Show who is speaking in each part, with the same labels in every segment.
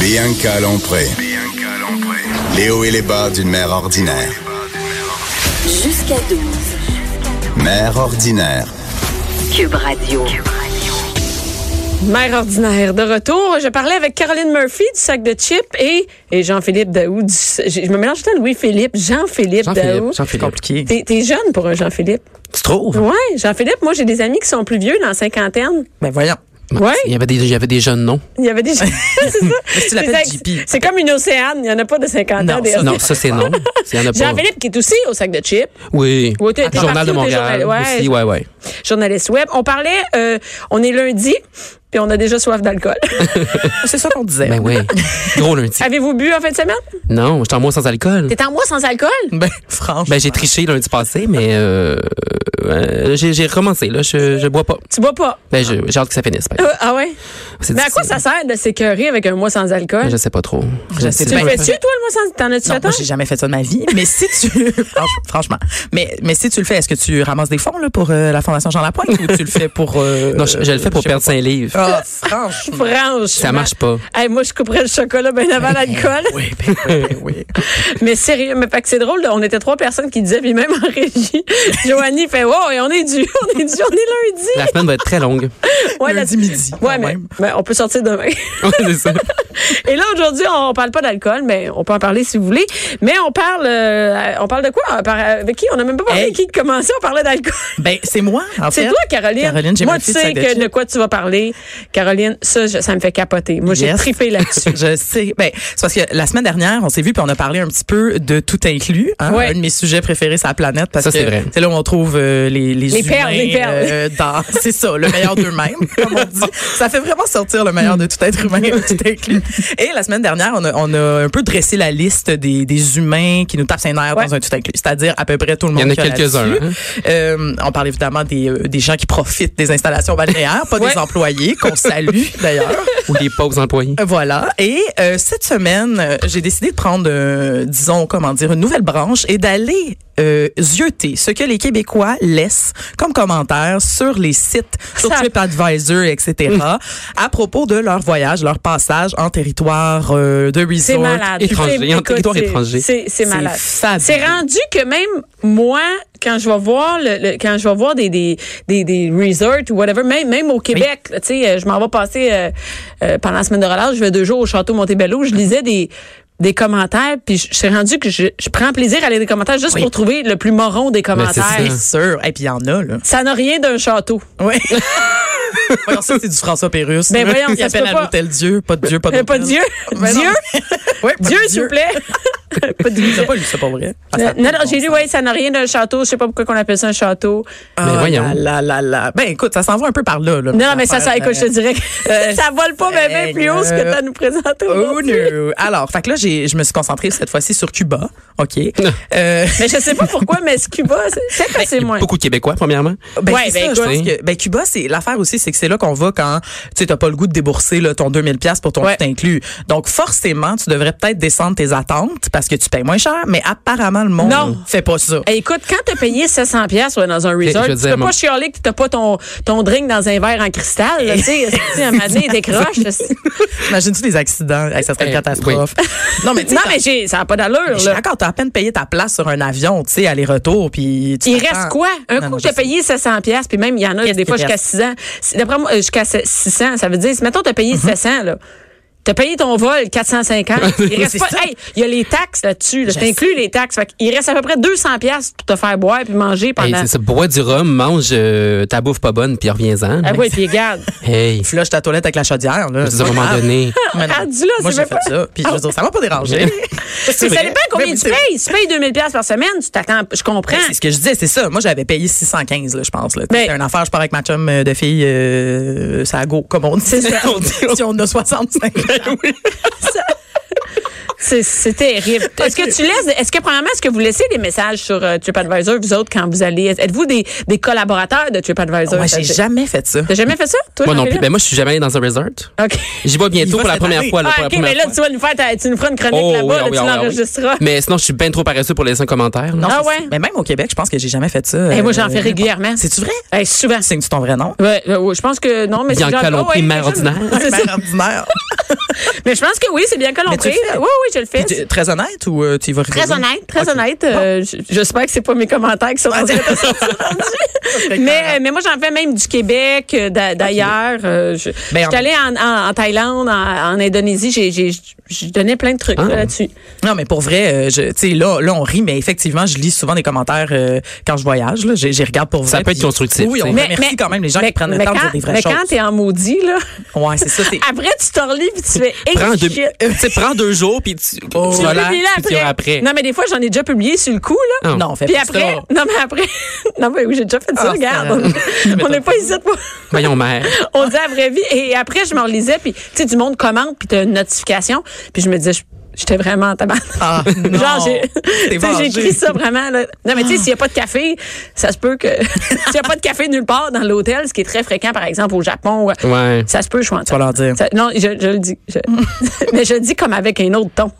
Speaker 1: Bianca Lompré. Les hauts et les bas d'une mère ordinaire.
Speaker 2: Jusqu'à 12.
Speaker 1: Mère ordinaire.
Speaker 2: Cube Radio.
Speaker 3: Mère ordinaire, de retour. Je parlais avec Caroline Murphy du sac de chips et, et Jean-Philippe Daou. Du, je, je me mélange tout le temps, Louis-Philippe, Jean-Philippe Daou.
Speaker 4: Jean-Philippe, Jean-Philippe.
Speaker 5: Compliqué.
Speaker 3: T'es t'es jeune pour un Jean-Philippe.
Speaker 5: Tu trouves?
Speaker 3: Ouais, Jean-Philippe, moi j'ai des amis qui sont plus vieux, dans la cinquantaine.
Speaker 5: Ben voyons.
Speaker 3: Ouais.
Speaker 4: Il y avait des, il y avait des jeunes noms.
Speaker 3: Il y avait des. c'est ça.
Speaker 5: tu l'appelles
Speaker 3: C'est-
Speaker 5: JP.
Speaker 3: C'est comme une océane, il n'y en a pas de 50 ans.
Speaker 5: Non,
Speaker 3: des-
Speaker 5: ça,
Speaker 4: Non, ça c'est non. Il y en a pas.
Speaker 3: Jean-Philippe qui est aussi au sac de chips.
Speaker 4: Oui.
Speaker 3: Ouais, t'es- t'es
Speaker 4: Journal
Speaker 3: parti
Speaker 4: de
Speaker 3: ou t'es
Speaker 4: Montréal.
Speaker 3: journal- ouais.
Speaker 4: Aussi, ouais, ouais.
Speaker 3: journaliste web. On parlait, euh, on est lundi, puis on a déjà soif d'alcool.
Speaker 5: C'est ça qu'on disait.
Speaker 4: Ben oui. Gros lundi.
Speaker 3: Avez-vous bu en fin de semaine?
Speaker 4: Non, j'étais en moins sans alcool.
Speaker 3: T'es en mois sans alcool?
Speaker 5: Ben, franchement.
Speaker 4: Ben j'ai triché lundi passé, mais euh, euh, j'ai j'ai recommencé. Là, je, je bois pas.
Speaker 3: Tu bois pas?
Speaker 4: Ben je- j'ai hâte que ça finisse. par
Speaker 3: Euh,
Speaker 4: exemple.
Speaker 3: ah ouais?
Speaker 4: C'est
Speaker 5: Ben,
Speaker 3: Mais à quoi
Speaker 4: difficile.
Speaker 3: ça sert de s'écœurer avec un mois sans alcool?
Speaker 4: Ben, Je sais pas trop.
Speaker 5: Je sais
Speaker 3: Tu
Speaker 5: pas.
Speaker 3: le fais-tu, toi, le mois sans T'en as-tu
Speaker 5: Non,
Speaker 3: fait
Speaker 5: moi,
Speaker 3: un?
Speaker 5: j'ai jamais fait ça de ma vie. Mais si tu. Franch- Franchement. Mais, mais si tu le fais, est-ce que tu ramasses des fonds là, pour euh, la Fondation Jean Lapointe ou tu le fais pour. euh,
Speaker 4: Non, je, je le fais pour
Speaker 5: je sais
Speaker 4: perdre 5 livres.
Speaker 5: pas. Ah, ben franchement.
Speaker 3: Franchement.
Speaker 4: Ça marche pas.
Speaker 3: Hey, moi, je couperais le chocolat bien avant l'alcool.
Speaker 5: Oui, ben, oui, ben, oui.
Speaker 3: Mais sérieux, mais fait que c'est drôle, là, on était trois personnes qui disaient, puis même en régie, Joanie fait, wow, et on est dû, on est dû, on est lundi.
Speaker 4: La semaine va être très longue.
Speaker 3: Ouais,
Speaker 5: Lundi
Speaker 3: la-
Speaker 5: midi. quand
Speaker 3: Ouais, mais,
Speaker 5: même.
Speaker 3: mais on peut sortir demain.
Speaker 4: Ouais, c'est ça.
Speaker 3: Et là, aujourd'hui, on parle pas d'alcool, mais on peut en parler si vous voulez. Mais on parle, euh, on parle de quoi? On parle- avec qui? On n'a même pas parlé
Speaker 5: Hey.
Speaker 3: avec qui commençait, on parlait d'alcool.
Speaker 5: Ben, c'est moi, en
Speaker 3: C'est
Speaker 5: fait.
Speaker 3: toi, Caroline.
Speaker 5: Caroline, j'ai
Speaker 3: Moi,
Speaker 5: ma
Speaker 3: tu
Speaker 5: fille de
Speaker 3: sais
Speaker 5: sac de
Speaker 3: que
Speaker 5: chips.
Speaker 3: de quoi tu vas parler. Caroline, ça, je- ça me fait capoter. Moi, j'ai
Speaker 5: Yes.
Speaker 3: trippé là-dessus.
Speaker 5: Je sais. Ben, c'est parce que la semaine dernière, on s'est vu puis on a parlé un petit peu de tout inclus. Hein?
Speaker 3: Ouais.
Speaker 5: Un de mes sujets préférés, c'est la planète. Parce
Speaker 4: Ça,
Speaker 5: que
Speaker 4: c'est vrai.
Speaker 5: là où on trouve euh, les, les,
Speaker 3: Les
Speaker 5: humains,
Speaker 3: perles, les perles.
Speaker 5: euh, dans, c'est ça, le meilleur d'eux-mêmes, comme on dit. Ça fait vraiment sortir le meilleur de tout être humain, tout inclus. Et la semaine dernière, on a, on a un peu dressé la liste des, des humains qui nous tapent ses nerfs
Speaker 3: Ouais.
Speaker 5: dans un tout inclus. C'est-à-dire à peu près tout le
Speaker 4: Il y
Speaker 5: monde.
Speaker 4: en a
Speaker 5: qu'il
Speaker 4: quelques-uns,
Speaker 5: là-dessus.
Speaker 4: hein.
Speaker 5: Euh, on parle évidemment des, euh, des gens qui profitent des installations balnéaires, pas
Speaker 3: Ouais.
Speaker 5: des employés qu'on salue d'ailleurs.
Speaker 4: Ou les pauvres employés.
Speaker 5: Voilà. Et euh, cette semaine, euh, j'ai décidé de prendre, euh, disons, comment dire, une nouvelle branche et d'aller euh, zioter ce que les Québécois laissent comme commentaires sur les sites, sur
Speaker 3: Ça-
Speaker 5: TripAdvisor, etc., à propos de leur voyage, leur passage en territoire euh, de resort.
Speaker 3: C'est malade.
Speaker 4: étranger,
Speaker 3: C'est-
Speaker 4: en
Speaker 3: écoute,
Speaker 4: territoire
Speaker 3: c'est-
Speaker 4: étranger.
Speaker 3: C'est c'est malade.
Speaker 5: fabuleux.
Speaker 3: C'est rendu que même moi, quand je vais voir le, le- quand je vais voir des des, des, des resorts ou whatever, même même au Québec, là, tu sais, euh, je m'en vais passer euh, euh, pendant la semaine de relâche, je vais deux jours au château Montebello, je lisais des des commentaires, puis je je suis rendu que je, je prends plaisir à lire des commentaires juste pour trouver le plus moron des
Speaker 4: c'est
Speaker 3: commentaires.
Speaker 4: ça.
Speaker 5: Sûr. Et puis il y en a, là.
Speaker 3: Ça n'a rien d'un château.
Speaker 5: Oui. voyons, ça, c'est du François Pérusse.
Speaker 3: Ben voyons,
Speaker 5: il
Speaker 3: ça se
Speaker 5: appelle
Speaker 3: peut
Speaker 5: à
Speaker 3: pas.
Speaker 5: l'hôtel Dieu. Pas de Dieu, pas Ben de
Speaker 3: Euh, Pas Dieu. Dieu, Dieu, s'il vous plaît. Pas de
Speaker 5: J'ai pas lu ça pour vrai. Ah, ça a
Speaker 3: Euh, Non, non,
Speaker 5: bon
Speaker 3: j'ai lu,
Speaker 5: sens.
Speaker 3: oui, ça n'a rien d'un château. Je sais pas pourquoi qu'on appelle ça un château.
Speaker 4: Mais
Speaker 5: Ah,
Speaker 4: Ben, voyons.
Speaker 5: Là, là, là, là. Ben, écoute, ça s'en va un peu par là. là
Speaker 3: Non, non, mais ça, ça, écoute, je te dirais que
Speaker 5: Euh,
Speaker 3: ça vole pas mais même plus haut ce que tu as à nous présenter
Speaker 5: Oh,
Speaker 3: aujourd'hui.
Speaker 5: no. Alors, fait que là, j'ai- je me suis concentrée cette fois-ci sur Cuba. OK. Euh,
Speaker 3: Mais je sais pas pourquoi, mais ce Cuba, c'est peut-être assez moins.
Speaker 4: Beaucoup de Québécois, premièrement.
Speaker 5: ben,
Speaker 3: Ouais,
Speaker 5: c'est
Speaker 3: ben,
Speaker 5: ça,
Speaker 3: écoute.
Speaker 5: je pense que- ben, Cuba, c'est l'affaire aussi, c'est que c'est là qu'on va quand tu sais, t'as pas le goût de débourser là, ton 2000 pièces pour ton
Speaker 3: Ouais.
Speaker 5: tout inclus. Donc forcément, tu devrais peut-être descendre tes attentes parce que tu payes moins cher, mais apparemment le monde
Speaker 3: Non.
Speaker 5: fait pas ça.
Speaker 3: Eh, écoute, quand t'as payé 700 pièces dans un resort,
Speaker 4: je
Speaker 3: tu
Speaker 4: veux dire,
Speaker 3: peux pas
Speaker 4: mon-
Speaker 3: chialer que t'as pas ton, ton drink dans un verre en cristal. là, Tu sais, si un moment donné, il décroche. là, c'est-
Speaker 5: Imagine-tu les accidents, Hey, ça serait une
Speaker 4: Eh,
Speaker 5: catastrophe. Non mais tu sais,
Speaker 3: Non,
Speaker 5: t'as-
Speaker 3: mais j'ai- ça n'a pas
Speaker 5: Mais
Speaker 3: d'allure.
Speaker 5: Je suis
Speaker 3: là.
Speaker 5: d'accord, t'as à peine payé ta place sur un avion, tu sais, aller-retour, puis tu
Speaker 3: Il
Speaker 5: t'attends.
Speaker 3: reste quoi? Un
Speaker 5: Non,
Speaker 3: coup
Speaker 5: non,
Speaker 3: que t'as
Speaker 5: je sais.
Speaker 3: payé 700 pièces puis même, il y en a des
Speaker 5: Qu'est-ce
Speaker 3: fois
Speaker 5: qui
Speaker 3: jusqu'à
Speaker 5: reste? Mm-hmm.
Speaker 3: 6 ans. D'après moi, euh, jusqu'à 600, ça veut dire, mettons, t'as payé 700, là. T'as payé ton vol 450. Il reste
Speaker 5: C'est
Speaker 3: pas.
Speaker 5: ça.
Speaker 3: Hey, il y a les taxes là-dessus. Là.
Speaker 5: Je
Speaker 3: C'est inclus les taxes. Fait il reste à peu près 200 pièces pour te faire boire puis manger
Speaker 4: Hey,
Speaker 3: pendant.
Speaker 4: c'est ça, bois du rhum, mange euh, ta bouffe pas bonne, puis reviens-en.
Speaker 3: ah oui, puis regarde.
Speaker 4: Hey,
Speaker 5: Tu flushes ta toilette avec la chaudière. Là,
Speaker 4: je veux dire, à un moment
Speaker 5: grave.
Speaker 4: donné.
Speaker 5: Mais non.
Speaker 3: Rendu là,
Speaker 5: Moi,
Speaker 3: c'est
Speaker 5: j'ai
Speaker 3: même
Speaker 5: fait
Speaker 3: pas-
Speaker 5: ça. Puis je veux dire, ça m'a pas dérangé.
Speaker 3: Mais ça
Speaker 5: vrai.
Speaker 3: dépend combien
Speaker 5: Mais
Speaker 3: tu
Speaker 5: c'est-
Speaker 3: payes. Tu payes 2000 pièces par semaine, tu t'attends. Je comprends.
Speaker 5: C'est ce que je disais, c'est ça. Moi, j'avais payé 615, là, je pense. là.
Speaker 3: Mais-
Speaker 5: C'était une affaire, je pars avec ma chum euh, de fille, euh, ça Ben go, comme on dit. On dit, si on a 65 ans.
Speaker 3: C'est- C'est terrible. Est-ce que tu laisses, est-ce que premièrement, est-ce que vous laissez des messages sur euh, TripAdvisor, vous autres, quand vous allez, êtes-vous des, des collaborateurs de TripAdvisor?
Speaker 5: Moi,
Speaker 3: Ça,
Speaker 5: Ah j'ai
Speaker 3: c'est-
Speaker 5: jamais fait ça.
Speaker 3: T'as jamais fait ça, toi?
Speaker 4: Moi non plus.
Speaker 3: Jean-Philippe?
Speaker 4: Ben moi, je suis jamais allé dans un resort.
Speaker 3: OK.
Speaker 4: J'y vais bientôt
Speaker 5: va
Speaker 4: pour la
Speaker 5: cette
Speaker 4: première
Speaker 5: année.
Speaker 4: fois. Là,
Speaker 3: Ah,
Speaker 4: pour
Speaker 3: OK,
Speaker 4: la
Speaker 3: mais
Speaker 4: première
Speaker 3: là,
Speaker 4: fois.
Speaker 3: tu vas nous faire, ta- tu nous feras une chronique
Speaker 4: Oh, oui,
Speaker 3: là-bas, là,
Speaker 4: ah oui, ah
Speaker 3: tu
Speaker 4: oui, ah oui.
Speaker 3: l'enregistreras.
Speaker 4: Mais sinon, je suis bien trop paresseux pour laisser un commentaire. là.
Speaker 5: Non,
Speaker 3: Ah
Speaker 5: c'est-
Speaker 3: ouais?
Speaker 5: Mais même au Québec, je pense que j'ai jamais fait ça.
Speaker 3: Eh, moi,
Speaker 5: Euh,
Speaker 3: j'en fais régulièrement.
Speaker 5: C'est-tu vrai?
Speaker 3: Eh, souvent.
Speaker 5: Signe-tu ton vrai nom?
Speaker 3: Ouais, euh, ouais, je pense que non, mais
Speaker 4: Bianca
Speaker 3: genre-
Speaker 4: Lompré,
Speaker 3: ouais,
Speaker 4: mère
Speaker 3: mais je-
Speaker 4: ordinaire.
Speaker 3: c'est ça.
Speaker 5: Mère ordinaire.
Speaker 3: Mais je pense que oui, c'est bien que l'on
Speaker 5: Mais tu le
Speaker 3: Oui,
Speaker 5: fais?
Speaker 3: oui, je le fais.
Speaker 5: Puis t'es Très honnête ou euh, tu y vas rigoler?
Speaker 3: Très honnête, très
Speaker 5: Ok.
Speaker 3: honnête. Euh, j- J'espère que c'est pas mes commentaires qui sont dans cette émission aujourd'hui. mais, euh, mais moi, j'en fais même du Québec, euh, d'a- d'ailleurs. Euh, Je
Speaker 5: Ben,
Speaker 3: j'étais allée en, en- en Thailande, en, en Indonésie. J'ai- j'ai- Je donnais plein de trucs
Speaker 4: Ah.
Speaker 3: là, là-dessus.
Speaker 5: Non, mais pour vrai, euh, je- tu sais, là, là, on rit, mais effectivement, je lis souvent des commentaires euh, quand je voyage. là. J'ai- J'y regarde pour vrai.
Speaker 4: Ça peut être
Speaker 5: puis-
Speaker 4: constructif,
Speaker 5: Oui, on
Speaker 4: tu sais.
Speaker 5: remercie quand même les gens
Speaker 3: mais-
Speaker 5: qui prennent le
Speaker 3: mais
Speaker 5: temps de
Speaker 3: quand-
Speaker 5: dire des vraies
Speaker 3: Mais
Speaker 5: choses.
Speaker 3: quand t'es en maudit, là,
Speaker 5: Ouais, c'est ça. c'est-
Speaker 3: après, tu t'en relis puis tu fais hey,
Speaker 4: Prends deux,
Speaker 3: shit.
Speaker 4: tu sais, prends deux jours, puis tu,
Speaker 5: Oh.
Speaker 4: tu
Speaker 3: Tu le
Speaker 4: relaxes,
Speaker 3: publies là
Speaker 4: puis tu iras après.
Speaker 3: Non, mais des fois, j'en ai déjà publié sur le coup, là.
Speaker 4: Ah.
Speaker 5: Non, on fait
Speaker 3: Puis
Speaker 5: pas
Speaker 3: après,
Speaker 5: ça.
Speaker 3: non, mais après, non, mais oui, j'ai déjà fait ça,
Speaker 5: Ah,
Speaker 3: regarde.
Speaker 5: ça-
Speaker 3: On n'est pas ici pour.
Speaker 5: Ben,
Speaker 4: Voyons, mère.
Speaker 3: On dit à vraie vie. Et après, je m'en lisais, puis, tu sais, du monde commente, puis t'as une notification. Puis je me disais, je- j'étais vraiment en tabac.
Speaker 5: Ah, non.
Speaker 3: Genre, j'ai
Speaker 5: T'es
Speaker 3: tu sais, j'ai
Speaker 5: vengé.
Speaker 3: écrit ça vraiment. Là. Non, mais tu sais, s'il n'y a pas de café, ça se peut que. s'il n'y a pas de café nulle part dans l'hôtel, ce qui est très fréquent, par exemple, au Japon, euh,
Speaker 4: Ouais.
Speaker 3: ça se peut, je suis en
Speaker 5: vas leur dire.
Speaker 3: ça- Non, je, je le dis. Je- mais je le dis comme avec un autre ton.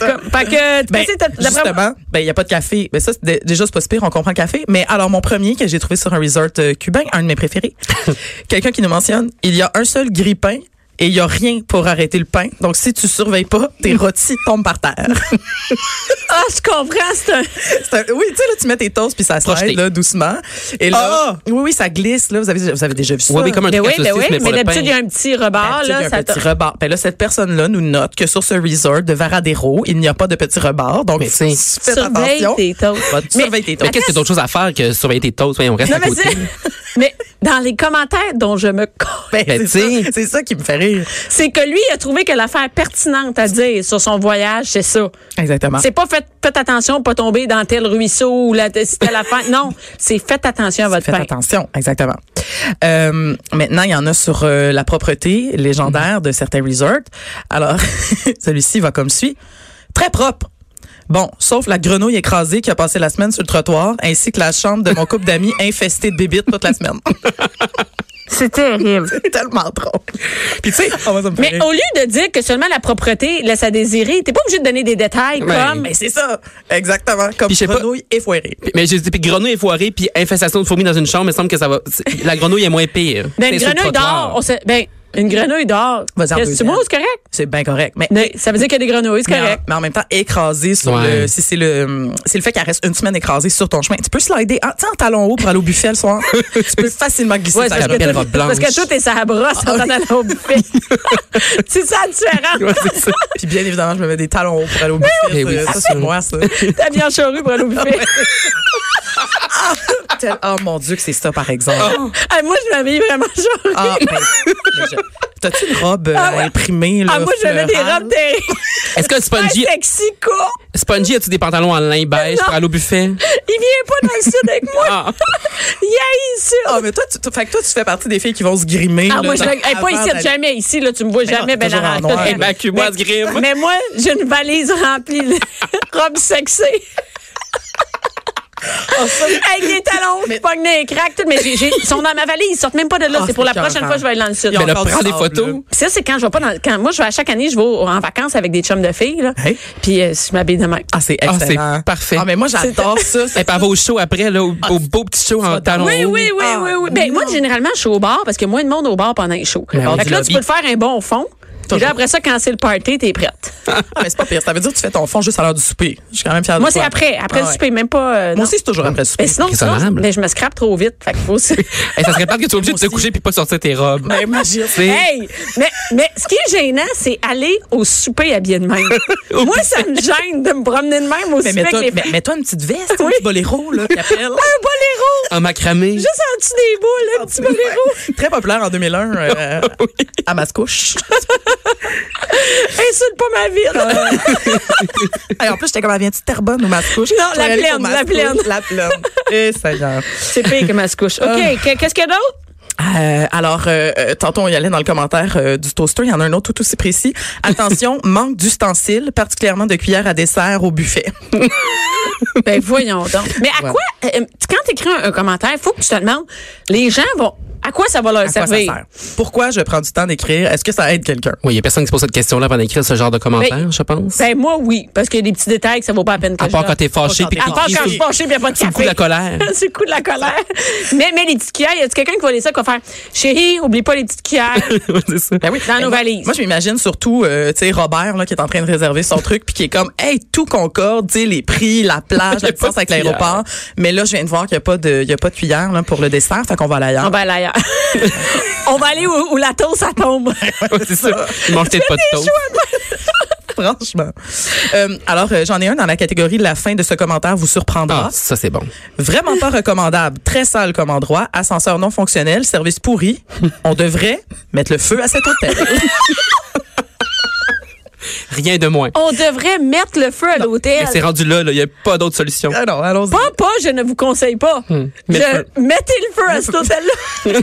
Speaker 3: Comme- fait que, tu
Speaker 5: Ben,
Speaker 3: sais, t'as- d'après-
Speaker 5: justement, ben il y a pas de café. Ben ça c'est dé- déjà c'est pas si pire, on comprend le café. Mais alors mon premier que j'ai trouvé sur un resort euh, cubain, un de mes préférés, quelqu'un qui nous mentionne, il y a un seul grille-pain et il y a rien pour arrêter le pain. Donc si tu surveilles pas, tes rôtis tombent par terre.
Speaker 3: Ah, je comprends, c'est un.
Speaker 5: C'est un- oui, tu sais là tu mets tes toasts puis ça
Speaker 4: Projeté.
Speaker 5: slide là doucement et là oui oui ça glisse là, vous avez vous avez déjà vu ça. Ah,
Speaker 4: Ouais, oui, comme un
Speaker 3: Ben
Speaker 4: truc
Speaker 3: oui, ben
Speaker 4: à saucisse,
Speaker 3: oui,
Speaker 4: mais pour
Speaker 3: mais
Speaker 4: le pain.
Speaker 3: d'habitude, il y a un petit rebord,
Speaker 5: D'habitude, Ben, il y
Speaker 3: là.
Speaker 5: a
Speaker 3: ça
Speaker 5: un
Speaker 3: t'a-
Speaker 5: petit rebord. Ben là, cette personne-là nous note que sur ce resort de Varadero, il n'y a pas de petit rebord. Donc,
Speaker 4: Mais c'est-
Speaker 5: faites
Speaker 3: Surveille
Speaker 5: attention.
Speaker 3: tes toasts.
Speaker 5: Va- surveille tes
Speaker 4: Mais
Speaker 5: toasts.
Speaker 4: qu'est-ce que d'autres choses à faire que surveiller tes toasts? Voyons, on reste
Speaker 3: Non,
Speaker 4: à
Speaker 3: mais,
Speaker 4: côté.
Speaker 3: c'est- mais dans les commentaires dont je me colle,
Speaker 5: Ben,
Speaker 4: Ben,
Speaker 5: c'est
Speaker 4: t'sais.
Speaker 5: ça, c'est ça qui me fait rire.
Speaker 3: c'est que lui, il a trouvé que l'affaire pertinente à dire sur son voyage, c'est ça.
Speaker 5: Exactement.
Speaker 3: C'est pas faites, faites attention, pas tomber dans tel ruisseau ou la, si telle affaire. Non, c'est faites attention à votre
Speaker 5: Faites
Speaker 3: pain.
Speaker 5: attention, exactement. Euh, maintenant, il y en a sur euh, la propreté légendaire de certains resorts. Alors, celui-ci va comme suit. Très propre. Bon, sauf la grenouille écrasée qui a passé la semaine sur le trottoir, ainsi que la chambre de mon couple d'amis infestée de bébites toute la semaine.
Speaker 3: C'est terrible.
Speaker 5: C'est tellement drôle. Puis tu sais, oh, moi, ça me fait
Speaker 3: Mais
Speaker 5: rire.
Speaker 3: au lieu de dire que seulement la propreté laisse à désirer, t'es pas obligé de donner des détails
Speaker 4: Ouais.
Speaker 3: comme
Speaker 5: ah, Mais c'est ça, exactement, comme
Speaker 4: Puis je sais pas-
Speaker 5: grenouille effoirée.
Speaker 4: Mais j'ai dit, puis grenouille effoirée, puis infestation de fourmis dans une chambre, il me semble que ça va. c'est- La grenouille est moins pire.
Speaker 3: ben,
Speaker 4: T'es
Speaker 3: une
Speaker 4: sur le
Speaker 3: grenouille
Speaker 4: trottoir.
Speaker 3: d'or. on sait- Ben, une grenouille d'or.
Speaker 5: Vas-y en
Speaker 3: Qu'est-ce que tu
Speaker 5: deuxième.
Speaker 3: vois, c'est correct?
Speaker 5: C'est bien correct. Mais
Speaker 3: Mais ça veut dire qu'il y a des grenouilles, c'est
Speaker 5: Mais en-
Speaker 3: correct.
Speaker 5: Mais en, même temps, écrasé sur
Speaker 4: Ouais.
Speaker 5: le. Si c'est le, c'est le fait qu'elle reste une semaine écrasée sur ton chemin. Tu peux slider en, tu sais, en talon haut pour aller au buffet le soir. tu peux facilement glisser
Speaker 3: Ouais,
Speaker 5: ta
Speaker 3: parce,
Speaker 4: la
Speaker 3: que
Speaker 4: belle
Speaker 3: tout-
Speaker 4: robe blanche.
Speaker 3: parce que tout est sa brosse
Speaker 5: Ah,
Speaker 3: en t'en allant au buffet. c'est ça la différence.
Speaker 5: Puis bien évidemment, je me mets des talons hauts pour aller au buffet. euh,
Speaker 4: oui. Mais oui,
Speaker 5: ça,
Speaker 4: c'est
Speaker 5: ça, c'est moi, ça.
Speaker 3: T'as bien charru pour aller au buffet.
Speaker 5: Ah, Tel- oh mon Dieu, que c'est ça, par exemple.
Speaker 3: Ah, moi, je m'habille vraiment charrue.
Speaker 5: Ah, ben, mais je- T'as-tu une robe euh,
Speaker 3: Ah ouais.
Speaker 5: imprimée? Là,
Speaker 3: Ah, moi, j'avais des
Speaker 5: florale?
Speaker 3: robes terribles.
Speaker 4: Est-ce que Spongy,
Speaker 3: Très sexy, court.
Speaker 4: Spongy a-tu des pantalons en lin beige
Speaker 3: Non.
Speaker 4: pour aller au buffet?
Speaker 3: Il vient pas dans le sud avec moi.
Speaker 4: Ah.
Speaker 3: Il est ici.
Speaker 5: Ah, mais toi tu, tu- fait que toi, tu fais partie des filles qui vont se grimer.
Speaker 3: Ah,
Speaker 5: là,
Speaker 3: moi, je
Speaker 5: dans-
Speaker 3: le- hey, pas
Speaker 5: avant
Speaker 3: ici,
Speaker 5: d'aller-
Speaker 3: jamais ici, là, tu me vois jamais,
Speaker 5: non,
Speaker 3: ben,
Speaker 5: toujours
Speaker 3: la
Speaker 5: en noir.
Speaker 4: Eh
Speaker 3: Mais-
Speaker 4: Évacue-moi ce grime.
Speaker 3: Mais moi, j'ai une valise remplie de robes sexy.
Speaker 5: Ah,
Speaker 3: Avec des talons, je pogne des cracks, tout, mais j'ai- j'ai- ils sont dans ma valise, ils sortent même pas de là.
Speaker 5: Ah,
Speaker 3: c'est pour la
Speaker 5: c'est
Speaker 3: prochaine
Speaker 5: écœurant.
Speaker 3: fois que je vais aller dans le sud.
Speaker 5: Ils ont
Speaker 4: Mais là,
Speaker 5: encore du
Speaker 4: prends des
Speaker 5: sable,
Speaker 4: photos.
Speaker 3: Puis ça, c'est quand je vais pas dans le- quand Moi, je vais à chaque année, je vais au- en vacances avec des chums de filles, là.
Speaker 5: Hey.
Speaker 3: Puis euh, je m'habille de même.
Speaker 5: Ah, c'est
Speaker 4: Ah, c'est
Speaker 5: excellent.
Speaker 4: parfait.
Speaker 5: Ah, mais moi, j'adore ça.
Speaker 4: Et puis elle va au show après, là, au, au beau petit show en talons.
Speaker 3: Oui,
Speaker 4: hauts.
Speaker 3: oui, oui,
Speaker 5: Ah,
Speaker 3: oui, oui. Ben,
Speaker 5: non. Ben
Speaker 3: moi, généralement, je suis au bar parce qu'il y a moins de monde au bar pendant les shows.
Speaker 4: Mais
Speaker 3: fait
Speaker 4: on
Speaker 3: que
Speaker 4: dit
Speaker 3: là,
Speaker 4: le
Speaker 3: tu peux te faire un bon fond. Puis là, après ça, quand c'est le party, t'es prête.
Speaker 5: Ah, mais c'est pas pire. Ça veut dire que tu fais ton fond juste à l'heure du souper. Je suis quand même fière
Speaker 3: Moi,
Speaker 5: de
Speaker 3: c'est
Speaker 5: toi.
Speaker 3: après. Après
Speaker 5: Ah
Speaker 3: le
Speaker 5: ouais.
Speaker 3: souper, même pas. euh, non.
Speaker 5: Moi aussi, c'est toujours après le souper.
Speaker 3: Mais sinon, sinon,
Speaker 4: Raisonnable.
Speaker 3: mais je me scrape trop vite. Fait qu'il faut aussi.
Speaker 4: Hey, Eh, ça serait pas que tu sois obligé de te
Speaker 5: Moi aussi.
Speaker 4: coucher puis pas sortir tes robes.
Speaker 5: Ben, imagine.
Speaker 4: Tu sais,
Speaker 3: Hey! Mais, mais ce qui est gênant, c'est aller au souper habillé de même. Moi, ça me gêne de me promener de même au
Speaker 5: Mais
Speaker 3: souper
Speaker 5: mets-toi
Speaker 3: avec les
Speaker 5: mais- mets-toi une petite veste, un
Speaker 3: Oui.
Speaker 5: petit boléro, là, qui appelle.
Speaker 3: Un boléro!
Speaker 5: Ah.
Speaker 4: En macramé.
Speaker 3: Juste en dessous des boules, un petit boléro.
Speaker 5: Très populaire en 2001 euh, à Mascouche.
Speaker 3: Insulte pas ma ville.
Speaker 5: Et en plus, j'étais comme, elle vient-tu de Terrebonne ou Mascouche?
Speaker 3: Non,
Speaker 5: Je vais
Speaker 3: la
Speaker 5: aller pour
Speaker 3: plaine, la
Speaker 5: Mascouche,
Speaker 3: plaine.
Speaker 5: La plaine. Eh, Seigneur.
Speaker 3: Ah, c'est pire que ma Ah. couche. OK, que- qu'est-ce qu'il y a d'autre?
Speaker 5: Euh, alors, euh, euh, tantôt, on y allait dans le commentaire euh, du toaster. Il y en a un autre tout aussi précis. Attention, manque d'ustensiles, particulièrement de cuillères à dessert au buffet.
Speaker 3: Ben voyons donc. Mais à
Speaker 5: Ouais.
Speaker 3: quoi, euh, quand tu écris un, un commentaire, faut que tu te demandes, les gens vont, à quoi ça va leur
Speaker 5: À quoi ça
Speaker 3: servir?
Speaker 5: sert? Pourquoi je prends du temps d'écrire? Est-ce que ça aide quelqu'un?
Speaker 4: Oui, il y a personne qui se pose cette question-là avant d'écrire ce genre de commentaire, je pense.
Speaker 3: Ben moi, oui, parce qu'il y a des petits détails que ça vaut pas la peine que
Speaker 4: À
Speaker 3: je
Speaker 4: part
Speaker 3: donne.
Speaker 4: quand t'es fâché
Speaker 5: Pas
Speaker 4: puis
Speaker 3: À part
Speaker 4: t'es
Speaker 3: quand je
Speaker 4: sous-
Speaker 3: suis fâchée, puis il n'y a pas de
Speaker 4: sous le coup de la
Speaker 3: café.
Speaker 4: colère.
Speaker 3: C'est le coup de la colère. mais, mais les petites cuillères, y a t quelqu'un qui va lire ça, qui va faire Chérie, oublie pas les petites cuillères
Speaker 4: C'est ça.
Speaker 3: dans
Speaker 5: Mais
Speaker 3: nos
Speaker 5: moi-
Speaker 3: valises.
Speaker 5: Moi, je m'imagine surtout, euh, tu sais, Robert, là, qui est en train de réserver son truc, puis qui est comme, hey, tout concorde, tu sais, les prix, la plage,
Speaker 4: Il y
Speaker 5: la
Speaker 4: a pas
Speaker 5: distance
Speaker 4: de
Speaker 5: avec
Speaker 4: cuillère.
Speaker 5: l'aéroport. Mais là, je viens de voir qu'il n'y a pas de, il y a pas de cuillère, là, pour le dessert. Fait qu'on va aller ailleurs.
Speaker 3: On va aller ailleurs. On va aller où, où la toast, ça tombe.
Speaker 4: Ouais, c'est ça. Ils mangent peut-être pas de toast.
Speaker 5: Franchement. Euh, alors, euh, j'en ai un dans la catégorie la fin de ce commentaire vous surprendra.
Speaker 4: Ah, ça, c'est bon.
Speaker 5: Vraiment pas recommandable. Très sale comme endroit. Ascenseur non fonctionnel. Service pourri. On devrait mettre le feu à cet hôtel.
Speaker 4: Rien de moins.
Speaker 3: On devrait mettre le feu à l'hôtel.
Speaker 4: Mais c'est rendu là, là. il n'y a pas d'autre solution.
Speaker 5: Ah non, allons-y.
Speaker 3: Pas, pas, je ne vous conseille pas. Je-
Speaker 4: Hmm. Mettre le feu.
Speaker 3: mettez le feu à cet hôtel-là.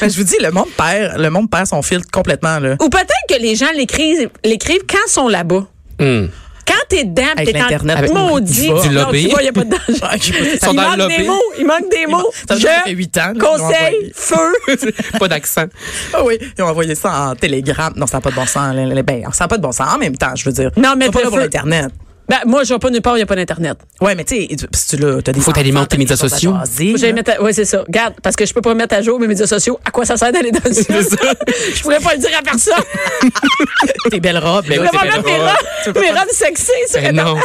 Speaker 5: Ben, je vous dis, le monde perd, le monde perd son filtre complètement, là.
Speaker 3: Ou peut-être que les gens l'écrivent, l'écrivent quand ils sont là-bas.
Speaker 4: Hum.
Speaker 3: Quand t'es dedans, pis
Speaker 5: Avec
Speaker 3: t'es en-
Speaker 5: l'Internet, avec-
Speaker 3: maudit.
Speaker 4: Du
Speaker 3: Non,
Speaker 4: lobby.
Speaker 3: tu vois, y a pas de danger.
Speaker 4: Ils sont
Speaker 3: il
Speaker 4: dans
Speaker 3: manque
Speaker 4: le
Speaker 3: des
Speaker 4: lobby.
Speaker 3: mots. Il manque des mots.
Speaker 5: Ça veut dire que ça fait
Speaker 3: Je
Speaker 5: huit ans. qu'ils l'ont
Speaker 3: conseille
Speaker 5: envoyé.
Speaker 3: feu.
Speaker 4: pas d'accent.
Speaker 5: Ah oui, ils ont envoyé ça en télégramme. Non, ça n'a pas de bon sens. là, là, Ben, ça n'a pas de bon sens en même temps, je veux dire.
Speaker 3: Non,
Speaker 5: Ils
Speaker 3: mais
Speaker 5: sont pas
Speaker 3: le
Speaker 5: là pour
Speaker 3: feu.
Speaker 5: l'Internet.
Speaker 3: Ben, moi, je vais pas nulle part où il n'y a pas d'Internet.
Speaker 5: Ouais, mais tu sais, tu- si tu l'as, t'as des
Speaker 4: Faut
Speaker 5: enfants,
Speaker 4: t'alimenter
Speaker 5: t'as
Speaker 4: tes
Speaker 5: des
Speaker 4: médias
Speaker 5: choses à
Speaker 4: sociaux.
Speaker 5: jaser,
Speaker 3: Faut que j'aille
Speaker 5: là.
Speaker 3: mettre à- Ouais, c'est ça. Garde, parce que je peux pas mettre à jour mes médias sociaux. À quoi ça sert d'aller dans le Je pourrais pas le dire à personne.
Speaker 5: tes belles robes.
Speaker 4: Ben
Speaker 3: Je
Speaker 4: oui,
Speaker 3: vais
Speaker 4: c'est
Speaker 3: pas
Speaker 4: bien
Speaker 3: mettre mes
Speaker 4: drôle.
Speaker 3: robes, mes robes sexy sur
Speaker 4: Ben non.
Speaker 3: Internet.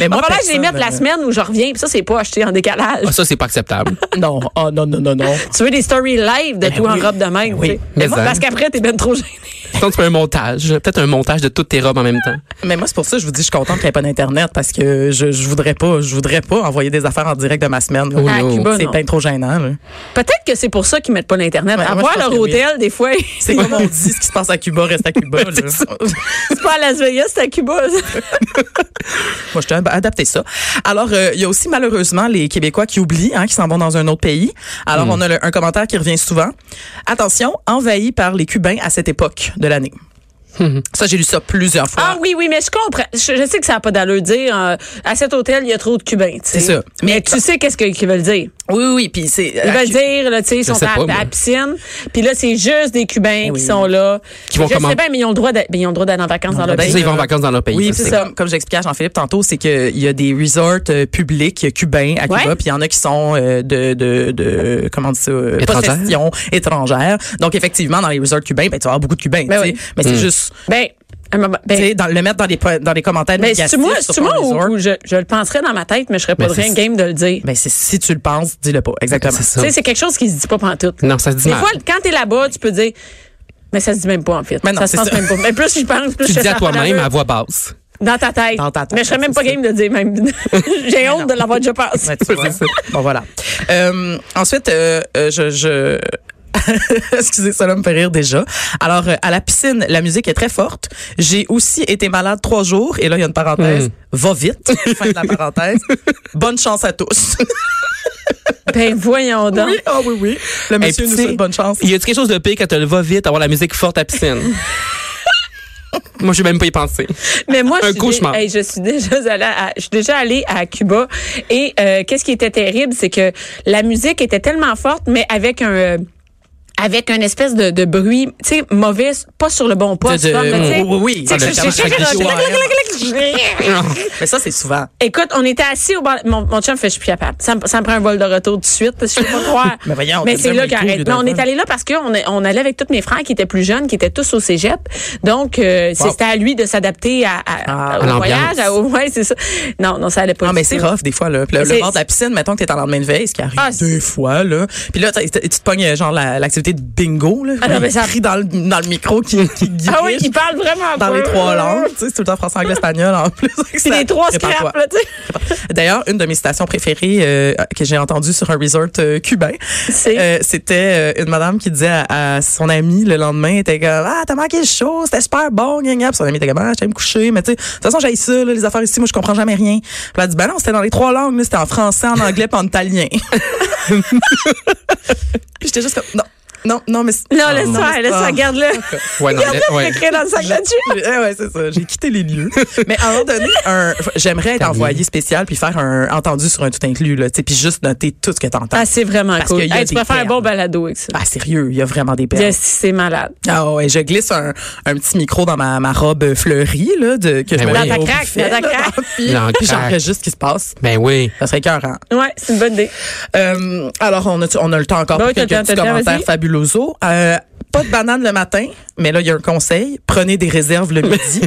Speaker 5: Mais moi,
Speaker 3: Enfin, là, je les
Speaker 5: personne,
Speaker 3: mets la
Speaker 5: euh,
Speaker 3: semaine où je reviens, puis ça, c'est pas acheté en décalage.
Speaker 4: Ah, ça, c'est pas acceptable.
Speaker 5: Non,
Speaker 4: Ah,
Speaker 5: oh non, non, non, non.
Speaker 3: Tu veux des stories live de toi
Speaker 5: Ben oui.
Speaker 3: en robe de même.
Speaker 5: oui. hein?
Speaker 3: tu sais.
Speaker 4: Mais ça.
Speaker 3: Parce qu'après, t'es ben trop gêné.
Speaker 4: Sinon, tu fais un montage. Peut-être un montage de toutes tes robes en même temps.
Speaker 5: Mais moi, c'est pour ça que je vous dis, je suis contente qu'il n'y ait pas d'Internet parce que je, je voudrais pas, je voudrais pas envoyer des affaires en direct de ma semaine. là.
Speaker 4: Oui,
Speaker 3: Ah,
Speaker 4: oui,
Speaker 3: Cuba,
Speaker 5: C'est
Speaker 3: non.
Speaker 5: bien trop gênant, là.
Speaker 3: Peut-être que c'est pour ça qu'ils mettent pas l'Internet.
Speaker 5: Ouais,
Speaker 3: à
Speaker 5: moi,
Speaker 3: voir
Speaker 5: je pense
Speaker 3: leur
Speaker 5: que oui.
Speaker 3: hôtel, des fois,
Speaker 5: C'est comme on dit, ce qui se passe à Cuba reste à Cuba, là.
Speaker 3: c'est pas à Las Vegas, c'est à Cuba. ça.
Speaker 5: Moi, je t'ai adapté ça. Alors, euh, il y a aussi malheureusement les Québécois qui oublient, hein, qui s'en vont dans un autre pays. Alors, on a le- un commentaire qui revient souvent. Attention, envahi par les Cubains à cette époque de l'année. Ça, j'ai lu ça plusieurs fois.
Speaker 3: Ah oui, oui, mais je comprends. Je, je sais que ça n'a pas d'allure de dire euh, à cet hôtel, il y a trop de Cubains. tu sais.
Speaker 5: C'est ça.
Speaker 3: Mais,
Speaker 5: Mais-
Speaker 3: tu sais qu'est-ce que- qu'ils veulent dire.
Speaker 5: oui, oui, oui, puis c'est.
Speaker 3: Ils veulent dire, là, tu sais, ils
Speaker 4: Je
Speaker 3: sont
Speaker 4: sais
Speaker 3: à,
Speaker 4: pas,
Speaker 3: à la
Speaker 4: moi.
Speaker 3: piscine. Puis là, c'est juste des Cubains
Speaker 5: Eh oui.
Speaker 3: qui sont là.
Speaker 4: Qui vont
Speaker 3: je
Speaker 4: comment-
Speaker 3: sais bien, mais ils ont le droit d'aller, mais ils ont le droit d'aller en vacances dans leur
Speaker 4: C'est
Speaker 3: pays.
Speaker 4: ça, ils vont en vacances dans leur pays.
Speaker 5: Oui,
Speaker 4: ça,
Speaker 5: puis
Speaker 4: c'est-
Speaker 5: c'est comme, comme j'expliquais à Jean-Philippe tantôt, c'est qu'il y a des resorts euh, publics cubains à Cuba,
Speaker 3: Ouais.
Speaker 5: puis il y en a qui sont euh, de, de, de, comment on dit ça, euh,
Speaker 4: Étrangères.
Speaker 5: possession étrangère. Donc, effectivement, dans les resorts cubains, ben, Hmm. tu vas avoir beaucoup de Cubains,
Speaker 3: Ben
Speaker 5: tu sais.
Speaker 3: oui.
Speaker 5: Mais c'est juste,
Speaker 3: Ben, à un moment- ben,
Speaker 5: tu sais, dans, le mettre dans les, po- dans les commentaires
Speaker 3: ben,
Speaker 5: négatifs
Speaker 3: c'est-tu moi,
Speaker 5: sur
Speaker 3: c'est-tu
Speaker 5: ton
Speaker 3: moi ou,
Speaker 5: resort.
Speaker 3: ou je, je le penserais dans ma tête, mais je serais pas
Speaker 4: Ben,
Speaker 3: rien
Speaker 4: c'est-
Speaker 3: game de le dire.
Speaker 5: Ben, c'est si tu le penses, dis-le pas. Exactement.
Speaker 4: c'est
Speaker 3: Tu
Speaker 4: ça.
Speaker 3: sais, c'est quelque chose qui se dit pas pantoute.
Speaker 4: Non, ça se dit
Speaker 3: Des
Speaker 4: mal.
Speaker 3: fois, quand t'es là-bas, tu peux dire, mais ça se dit même pas, en fait.
Speaker 5: Mais non,
Speaker 3: ça se
Speaker 5: c'est
Speaker 3: pense
Speaker 5: ça.
Speaker 3: même pas. Mais plus je pense, plus
Speaker 4: Tu
Speaker 3: je
Speaker 4: le dis
Speaker 3: fais
Speaker 4: à
Speaker 3: ça
Speaker 4: toi-même à
Speaker 3: l'aveugle.
Speaker 4: voix basse.
Speaker 3: Dans ta tête.
Speaker 5: Dans ta tête,
Speaker 3: Mais je serais même pas
Speaker 5: c'est ça.
Speaker 3: game de le dire même. J'ai honte de l'avoir déjà pensé.
Speaker 5: Ouais, tu vois. bon, voilà. Euh, ensuite, euh, euh, je... je- Excusez, ça là me fait rire déjà. Alors, euh, à la piscine, la musique est très forte. J'ai aussi été malade trois jours. Et là, il y a une parenthèse. Va vite. Fin de la parenthèse. Bonne chance à tous.
Speaker 3: Ben, voyons donc.
Speaker 5: oh oui, oui. Le
Speaker 4: Et
Speaker 5: monsieur
Speaker 4: puis,
Speaker 5: nous
Speaker 4: tu sais,
Speaker 5: souhaite bonne chance.
Speaker 4: Y a-tu quelque chose de pire quand tu le vas vite, avoir la musique forte à piscine? Moi, je vais même pas y penser.
Speaker 3: Mais moi, je
Speaker 4: Un
Speaker 3: suis, dé-
Speaker 4: cauchemar.
Speaker 3: hey, je suis déjà allée à, je suis déjà allée à Cuba et euh, qu'est-ce qui était terrible, c'est que la musique était tellement forte, mais avec un euh, avec un espèce de, de bruit, tu sais, mauvais, pas sur le bon poste.
Speaker 4: De- de-
Speaker 3: comme, tu sais.
Speaker 5: oui, oui, oui.
Speaker 3: Tu sais,
Speaker 4: Ah,
Speaker 3: je-
Speaker 4: le
Speaker 3: je- je-
Speaker 5: Mais ça, c'est souvent.
Speaker 3: Écoute, on était assis au bord. Mon, mon chum fait, je suis plus capable. Ça me, ça me prend un vol de retour tout de suite. parce que Je peux pas croire.
Speaker 5: Mais voyons,
Speaker 3: Mais
Speaker 5: t'as
Speaker 3: c'est
Speaker 5: bien
Speaker 3: là
Speaker 5: mis le coup, au lieu
Speaker 3: qu'arrête. Mais
Speaker 5: d'un
Speaker 3: on est
Speaker 5: vol.
Speaker 3: allé là parce qu'on est- on allait avec tous mes frères qui étaient plus jeunes, qui étaient tous au cégep. Donc, euh,
Speaker 5: Wow.
Speaker 3: c'était à lui de s'adapter à, à-
Speaker 5: Ah,
Speaker 3: au
Speaker 4: à l'ambiance.
Speaker 3: voyage. à- au- ouais, c'est ça. Non, non, ça allait pas.
Speaker 5: Non,
Speaker 3: du
Speaker 5: mais
Speaker 3: tout.
Speaker 5: c'est rough, des fois, là. Puis le, le
Speaker 3: C'est-
Speaker 5: bord de la piscine, mettons que t'es en lendemain de veille, ce qui arrive
Speaker 3: Ah, c'est-
Speaker 5: deux fois, là. Puis là, t'as- t'as- tu te pognes, euh, genre, la- l'activité de bingo, là.
Speaker 3: Ah non, mais ça-
Speaker 5: rit dans le, dans le micro qui, qui guide
Speaker 3: Ah oui, il parle vraiment
Speaker 5: dans
Speaker 3: pas.
Speaker 5: les trois langues. Tu sais, c'est tout le temps français, anglais, espagnol, en plus.
Speaker 3: C'est les trois
Speaker 5: Prépare-toi.
Speaker 3: scraps, là, tu sais.
Speaker 5: D'ailleurs, une de mes citations préférées euh, que j'ai entendue sur un resort euh, cubain,
Speaker 3: C'est?
Speaker 5: euh, c'était euh, une madame qui disait à, à son ami le lendemain, elle était comme ah t'as manqué le show, c'était super bon, gna gna. Puis son ami était comme ah j'allais me coucher, mais tu sais de toute façon j'aille ça là, les affaires ici, moi je comprends jamais rien. Puis elle a dit ben non c'était dans les trois langues, là. c'était en français, en anglais, puis en italien. Puis j'étais juste comme non non non mais c'est-
Speaker 3: Non,
Speaker 5: ah,
Speaker 3: laisse ça,
Speaker 5: mais
Speaker 3: laisse
Speaker 5: c'est-
Speaker 3: ça,
Speaker 5: ah.
Speaker 3: garde-le.
Speaker 4: Ouais, non,
Speaker 3: Garde-le,
Speaker 4: ouais.
Speaker 3: je l'écris dans le sac là-dessus.
Speaker 5: Eh ouais, c'est ça. J'ai quitté les lieux. Mais à un moment donné, un- j'aimerais être envoyé spécial puis faire un entendu sur un tout inclus, là, tu sais, puis juste noter tout ce que t'entends.
Speaker 3: Ah, c'est vraiment
Speaker 5: Parce
Speaker 3: cool.
Speaker 5: qu'il y a
Speaker 3: Hey, tu
Speaker 5: des
Speaker 3: peux faire un
Speaker 5: termes.
Speaker 3: bon balado avec ça.
Speaker 5: Ah, sérieux, il y a vraiment des perles.
Speaker 3: Yes, c'est malade.
Speaker 5: Ah ouais, je glisse un, un petit micro dans ma, ma robe fleurie, là, de, que je
Speaker 4: Ben
Speaker 5: me
Speaker 4: oui.
Speaker 5: mets
Speaker 4: Dans ta
Speaker 5: au
Speaker 3: craque,
Speaker 5: buffet,
Speaker 3: dans ta
Speaker 5: là,
Speaker 3: craque.
Speaker 5: dans- puis-
Speaker 4: Dans la
Speaker 5: Puis
Speaker 4: craque.
Speaker 5: j'enregistre ce qui se passe.
Speaker 4: Ben oui.
Speaker 5: Ça serait écœurant.
Speaker 3: Ouais, c'est une bonne idée.
Speaker 5: Euh, alors, on a, on a le temps encore
Speaker 3: Ben
Speaker 5: pour
Speaker 3: oui, t'as
Speaker 5: quelques
Speaker 3: le temps,
Speaker 5: petits
Speaker 3: t'as le temps,
Speaker 5: commentaires
Speaker 3: vas-y.
Speaker 5: fabuloso. Euh, pas de banane le matin, mais là, il y a un conseil. Prenez des réserves le midi.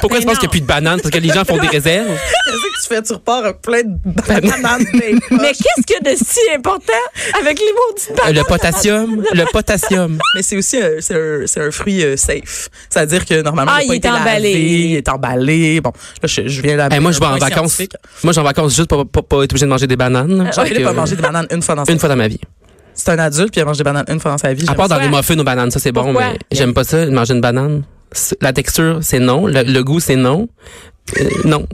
Speaker 4: Pourquoi
Speaker 3: Mais
Speaker 4: tu penses qu'il n'y
Speaker 3: non.
Speaker 4: a plus de bananes? Parce que les gens font des réserves.
Speaker 5: Qu'est-ce que tu fais? Tu repars avec plein de bananes.
Speaker 3: Mais qu'est-ce qu'il y a de si important avec les mots du
Speaker 4: Euh, Le potassium. Le potassium.
Speaker 5: Mais c'est aussi euh, c'est un, c'est un fruit euh, safe. C'est-à-dire que normalement,
Speaker 3: Ah,
Speaker 5: a pas
Speaker 3: il
Speaker 5: été
Speaker 3: est emballé.
Speaker 5: lavé, il est emballé. Bon, là, je, je viens d'amener
Speaker 4: Eh, moi,
Speaker 5: un
Speaker 4: je vais en
Speaker 5: point
Speaker 4: vacances.
Speaker 5: scientifique.
Speaker 4: Moi, je vais en vacances juste pour pour pas être obligé de manger des bananes.
Speaker 5: J'ai
Speaker 4: Fait
Speaker 5: envie de
Speaker 4: que,
Speaker 5: pas manger des bananes une fois dans sa
Speaker 4: Une
Speaker 5: vie.
Speaker 4: fois dans ma vie.
Speaker 5: C'est un adulte, puis il mange des bananes une fois dans sa vie.
Speaker 4: À
Speaker 5: J'aime
Speaker 4: part dans
Speaker 3: Pourquoi?
Speaker 4: les muffins aux bananes, ça c'est bon,
Speaker 3: Pourquoi?
Speaker 4: mais j'aime pas ça, manger une banane. C'est- La texture, c'est non. Le, le goût, c'est non. Euh, non.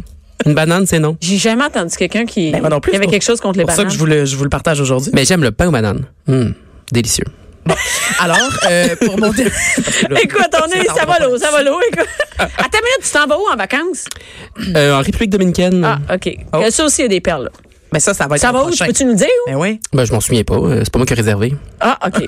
Speaker 4: Une banane, c'est non.
Speaker 3: J'ai jamais entendu quelqu'un qui,
Speaker 5: Ben, moi non plus,
Speaker 3: qui avait
Speaker 5: c'est
Speaker 3: quelque chose contre les
Speaker 5: pour ça
Speaker 3: bananes.
Speaker 5: que je vous le, je vous le partage aujourd'hui.
Speaker 4: Mais Ben, j'aime le pain aux bananes. Hum, Délicieux.
Speaker 5: Alors, euh, pour mon dernier-
Speaker 3: Écoute, on est,
Speaker 5: Ça
Speaker 3: ça va
Speaker 5: parle
Speaker 3: l'eau, ça va l'eau. Écoute. Attends une minute, tu t'en vas où en vacances?
Speaker 4: Euh, en République dominicaine,
Speaker 3: Mm. Ah, OK.
Speaker 5: Oh.
Speaker 3: Ça aussi, il y a des perles. là.
Speaker 5: Mais ça, ça va être
Speaker 3: Ça
Speaker 5: le
Speaker 3: va où?
Speaker 5: prochain.
Speaker 3: Peux-tu nous dire où?
Speaker 5: Ben oui.
Speaker 4: ben, je m'en souviens pas. euh, C'est pas moi qui ai réservé.
Speaker 3: Ah, OK. tu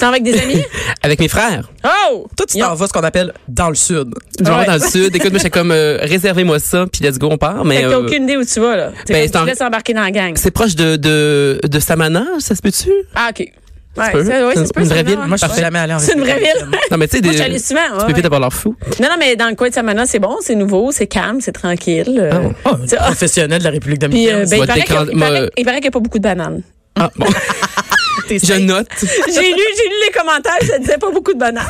Speaker 3: t'en vas avec des amis?
Speaker 4: Avec mes frères.
Speaker 3: Oh!
Speaker 5: Toi, tu
Speaker 3: Ils ont-
Speaker 5: t'en vas ce qu'on appelle dans le sud.
Speaker 4: Je m'en vais
Speaker 3: Ouais.
Speaker 4: dans le sud. Écoute, moi, j'étais comme, euh, réservez-moi ça, puis let's go, on part.
Speaker 3: Fait
Speaker 5: Ben,
Speaker 4: Mais
Speaker 3: que t'as
Speaker 4: euh,
Speaker 3: aucune idée où tu vas, là. T'es
Speaker 4: ben,
Speaker 3: comme,
Speaker 4: c'est en-
Speaker 3: tu te laisses embarquer dans la gang.
Speaker 4: c'est proche de, de, de Samana, ça se peut-tu?
Speaker 3: Ah, OK. Ouais,
Speaker 4: peut.
Speaker 3: ça- ouais, ça se peut,
Speaker 4: Une
Speaker 3: ça,
Speaker 4: vraie
Speaker 3: non,
Speaker 4: ville.
Speaker 3: ouais.
Speaker 5: Moi, je suis
Speaker 4: Parfait.
Speaker 5: jamais allée en
Speaker 3: C'est une vraie ville.
Speaker 4: Non, mais tu sais,
Speaker 3: Moi,
Speaker 4: des-
Speaker 3: j'allais souvent,
Speaker 4: tu
Speaker 3: ouais,
Speaker 4: peux
Speaker 3: ouais.
Speaker 4: vite avoir l'air fou.
Speaker 3: Non, non, mais dans le coin de Samana, c'est bon, c'est nouveau, c'est calme, c'est tranquille. euh.
Speaker 5: Oh, une
Speaker 3: C'est- ah,
Speaker 5: professionnelle de la République
Speaker 3: Puis, euh,
Speaker 5: dominicaine.
Speaker 3: ben,
Speaker 4: vas
Speaker 3: il paraît qu'il
Speaker 4: t'écran-
Speaker 3: il paraît-
Speaker 4: moi-
Speaker 3: il paraît qu'il n'y a pas beaucoup de bananes.
Speaker 4: Ah, bon.
Speaker 3: ben,
Speaker 5: T'es
Speaker 4: je
Speaker 5: safe.
Speaker 4: note.
Speaker 3: j'ai lu, j'ai lu les commentaires, ça disait pas beaucoup de bananes.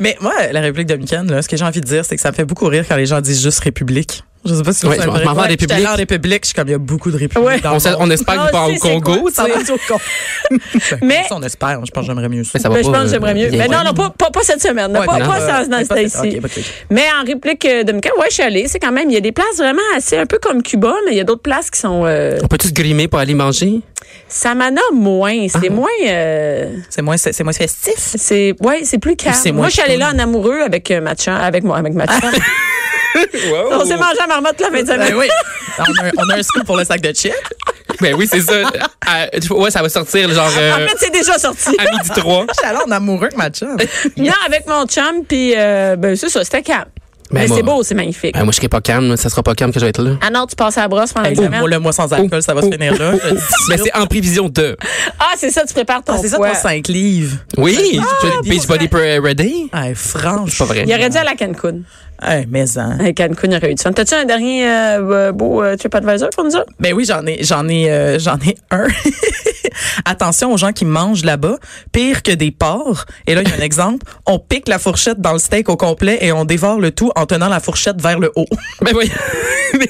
Speaker 5: Mais moi, la République dominicaine, là, ce que j'ai envie de dire, c'est que ça me fait beaucoup rire quand les gens disent juste République. Je sais pas si vous
Speaker 4: Ouais,
Speaker 5: savez
Speaker 4: je m'en-
Speaker 5: pas.
Speaker 4: je m'en vais en
Speaker 5: Ouais,
Speaker 4: République.
Speaker 5: j'étais allée en République, je suis comme, il y a beaucoup de Républiques
Speaker 3: Ouais.
Speaker 5: dans le
Speaker 4: On, s'a-
Speaker 5: monde.
Speaker 4: on espère que
Speaker 3: Ah,
Speaker 4: vous partez
Speaker 3: je
Speaker 4: au
Speaker 3: sais, c'est
Speaker 4: Congo,
Speaker 3: quoi,
Speaker 4: tu
Speaker 5: Ça
Speaker 4: sais.
Speaker 5: va être au con.
Speaker 3: Mais-
Speaker 5: Ça, on espère. Je pense que j'aimerais mieux ça.
Speaker 4: Mais ça va
Speaker 3: Ben, je
Speaker 4: pas,
Speaker 3: pense que
Speaker 4: euh,
Speaker 3: j'aimerais mieux.
Speaker 4: bien.
Speaker 3: Mais non, non, pas, pas, pas cette semaine. là,
Speaker 5: Ouais,
Speaker 3: pas
Speaker 4: non,
Speaker 3: pas
Speaker 5: euh,
Speaker 3: dans- dans
Speaker 5: mais pas
Speaker 3: cette
Speaker 5: cette-
Speaker 3: ici.
Speaker 5: ok, ok, ok.
Speaker 3: Mais en réplique euh, dominicaine, ouais, je suis allée. C'est quand même, il y a des places vraiment assez un peu comme Cuba, mais il y a d'autres places qui sont. euh,
Speaker 4: On peut tous grimer pour aller manger?
Speaker 3: Samana moins. C'est
Speaker 5: Ah.
Speaker 3: moins. euh,
Speaker 5: C'est moins, c'est c'est moins festif.
Speaker 3: c'est ouais, c'est plus calme.
Speaker 5: C'est moins
Speaker 3: Moi, je suis allée là
Speaker 5: fun.
Speaker 3: en amoureux avec euh, ma chum- avec moi, avec ma chum. On s'est mangé à marmotte la fin de semaine.
Speaker 5: Ben oui. on, a, un- on a un scoop pour le sac de chips.
Speaker 4: Ben oui, c'est ça. À- Ah, ouais, ça va sortir genre
Speaker 3: En
Speaker 4: euh,
Speaker 3: fait, c'est déjà sorti.
Speaker 4: à midi 3.
Speaker 5: Je suis allée en amoureux avec ma chum.
Speaker 3: Non, avec mon chum, puis euh, ben, c'est ça, c'était calme.
Speaker 4: Ben,
Speaker 3: mais
Speaker 4: moi-
Speaker 3: c'est beau, c'est magnifique.
Speaker 4: Ben moi, je serai pas calme. là. Ça sera pas calme que je vais être là.
Speaker 3: Ah non, tu passes à la brosse pendant les
Speaker 5: Hey,
Speaker 3: semaines.
Speaker 5: moi, le mois sans alcool, ça va se finir là.
Speaker 4: Oh, Mais c'est en prévision de.
Speaker 3: Ah, c'est ça, tu prépares ton
Speaker 5: Ah, c'est ça
Speaker 3: foie.
Speaker 5: ton 5 livres.
Speaker 3: Ah,
Speaker 4: Oui, je- Beach Body Pre- Ready.
Speaker 5: Hey, franche.
Speaker 4: C'est pas vrai.
Speaker 3: Il aurait dû aller à Cancun.
Speaker 5: Hey, mais hein.
Speaker 3: À Cancun, il aurait eu du fun. T'as-tu un dernier euh, beau euh, TripAdvisor pour nous autres?
Speaker 5: Ben oui, j'en ai, j'en ai, euh, j'en ai un. Attention aux gens qui mangent là-bas, pire que des porcs. Et là, il y a un exemple. On pique la fourchette dans le steak au complet et on dévore le tout en tenant la fourchette vers le haut.
Speaker 4: Ben oui. Mais-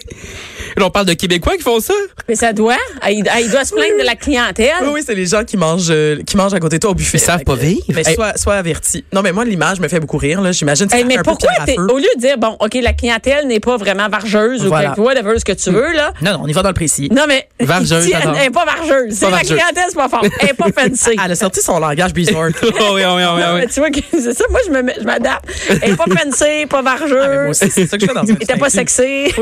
Speaker 4: Là, on parle de Québécois qui font ça.
Speaker 3: Mais ça doit. Ah, il, ah, il doit se plaindre de la clientèle.
Speaker 5: oui, oui, c'est les gens qui mangent, euh, qui mangent à côté de toi au buffet.
Speaker 4: Ils savent
Speaker 5: Fait
Speaker 4: pas
Speaker 5: que-
Speaker 4: vivre.
Speaker 5: Mais
Speaker 4: Hey.
Speaker 5: soit, soit averti. Non, mais moi, l'image me fait beaucoup rire, là. J'imagine que
Speaker 3: Hey,
Speaker 5: c'est
Speaker 3: mais
Speaker 5: un
Speaker 3: pourquoi
Speaker 5: peu
Speaker 3: t'es,
Speaker 5: pierre à feu.
Speaker 3: au lieu de dire bon ok la clientèle n'est pas vraiment vargeuse
Speaker 5: Voilà.
Speaker 3: ou quelque- whatever ce que tu veux là
Speaker 5: Non, non, on y va dans le précis.
Speaker 3: non mais
Speaker 4: Vargeuse,
Speaker 3: ils tiennent,
Speaker 4: j'adore.
Speaker 3: elle est pas vargeuse c'est la
Speaker 4: vargeuse.
Speaker 3: clientèle c'est pas fort elle est pas fancy
Speaker 5: Elle a sorti son langage bizarre.
Speaker 4: Oh, oui, oh, oui,
Speaker 5: Ah
Speaker 4: oh, oui,
Speaker 3: Non,
Speaker 4: oh,
Speaker 3: mais
Speaker 4: oui.
Speaker 3: tu vois que c'est ça moi je me mets- je m'adapte elle est pas fancy pas
Speaker 5: Ah, mais moi
Speaker 3: vargeuse
Speaker 5: aussi, c'est ça que je fais dans un
Speaker 3: elle était pas
Speaker 5: steak.
Speaker 3: sexy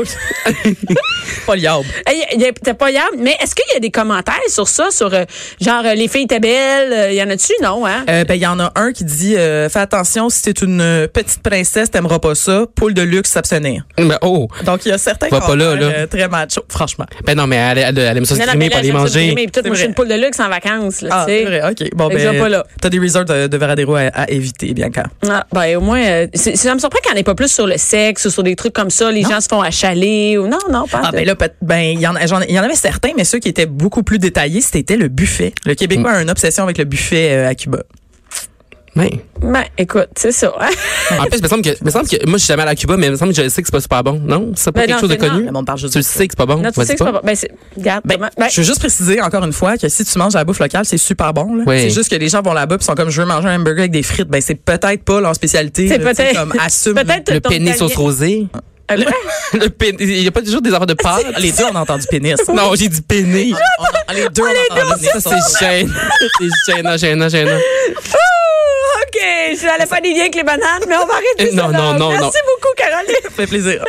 Speaker 5: Pas liable.
Speaker 3: Hey, y a- y a- T'es pas hier, mais est-ce qu'il y a des commentaires sur ça, sur euh, genre euh, les filles étaient belles, euh, y en a-tu? Non, hein?
Speaker 5: Euh, ben, il y en a un qui dit euh, Fais attention, si t'es une euh, petite princesse, t'aimeras pas ça. Poule de luxe, s'abstenir.
Speaker 4: Mais oh!
Speaker 5: Donc, il y a certains
Speaker 4: Va pas là,
Speaker 5: commentaires,
Speaker 4: là.
Speaker 5: euh, très macho, franchement.
Speaker 4: Ben non, mais elle, elle, elle aime ça se
Speaker 3: Non, non,
Speaker 4: grimer
Speaker 3: mais là,
Speaker 4: pour aller
Speaker 3: j'aime ça de
Speaker 4: manger.
Speaker 3: grimer. Peut-être
Speaker 5: C'est
Speaker 3: moi, je suis
Speaker 5: vrai.
Speaker 3: une poule de luxe en vacances, là,
Speaker 5: Ah,
Speaker 3: tu
Speaker 5: c'est
Speaker 3: sais.
Speaker 5: vrai, OK. Bon,
Speaker 3: Fait que je vais pas
Speaker 5: ben,
Speaker 3: là.
Speaker 5: t'as des resorts de, de Varadero à, à éviter, bien quand.
Speaker 3: Ah, ben, au moins, euh, c'est- ça me surprend qu'il n'y en ait pas plus sur le sexe ou sur des trucs comme ça. Les gens se font achaler ou non, non, pas.
Speaker 5: Ah, ben là, peut- ben, il y, en a- j'en ai- il y en avait certains, mais ceux qui étaient beaucoup plus détaillés, c'était le buffet. Le Québécois a une obsession avec le buffet euh, à Cuba.
Speaker 4: Ouais.
Speaker 3: Ben, écoute, c'est ça. hein.
Speaker 4: En plus, il me semble que, me semble que moi, je suis jamais allée à Cuba, mais il me semble que je sais que c'est pas super bon. Non? C'est pas
Speaker 3: Ben
Speaker 4: quelque
Speaker 3: non,
Speaker 4: chose de
Speaker 3: c'est-
Speaker 4: connu.
Speaker 3: non.
Speaker 5: Le monde parle juste
Speaker 4: Tu
Speaker 5: de
Speaker 4: le
Speaker 5: ça.
Speaker 4: sais que c'est pas bon.
Speaker 3: Non, tu
Speaker 4: vas-y
Speaker 3: sais que c'est pas bon. Ben, c'est- regarde,
Speaker 5: Ben,
Speaker 3: comment- ben,
Speaker 5: je veux juste préciser encore une fois que si tu manges à la bouffe locale, c'est super bon. là.
Speaker 4: Oui.
Speaker 5: C'est juste que les gens vont là-bas et sont comme je veux manger un hamburger avec des frites. Ben c'est peut-être pas leur spécialité.
Speaker 3: c'est
Speaker 5: là, tu sais,
Speaker 3: peut-être.
Speaker 5: comme assume.
Speaker 3: peut-être
Speaker 4: Le
Speaker 3: ton
Speaker 4: pénis
Speaker 3: italien-
Speaker 4: sauce rosée.
Speaker 3: Ah, quoi?
Speaker 4: Le pénis. Il y a pas toujours des affaires de pâte.
Speaker 5: Ah, Les deux on a entendu pénis.
Speaker 4: Non, j'ai dit pénis.
Speaker 3: Ah,
Speaker 4: Ah,
Speaker 5: On a- Ah, les deux on a entendu pénis.
Speaker 4: Ça, c'est gênant. C'est gênant, gênant, gênant.
Speaker 3: Ouh, Oh, OK, je n'allais pas des liens avec les bananes, mais on va arrêter
Speaker 4: Non,
Speaker 3: ça là.
Speaker 4: non, non,
Speaker 3: Merci
Speaker 4: non.
Speaker 3: beaucoup, Caroline.
Speaker 5: Ça fait plaisir.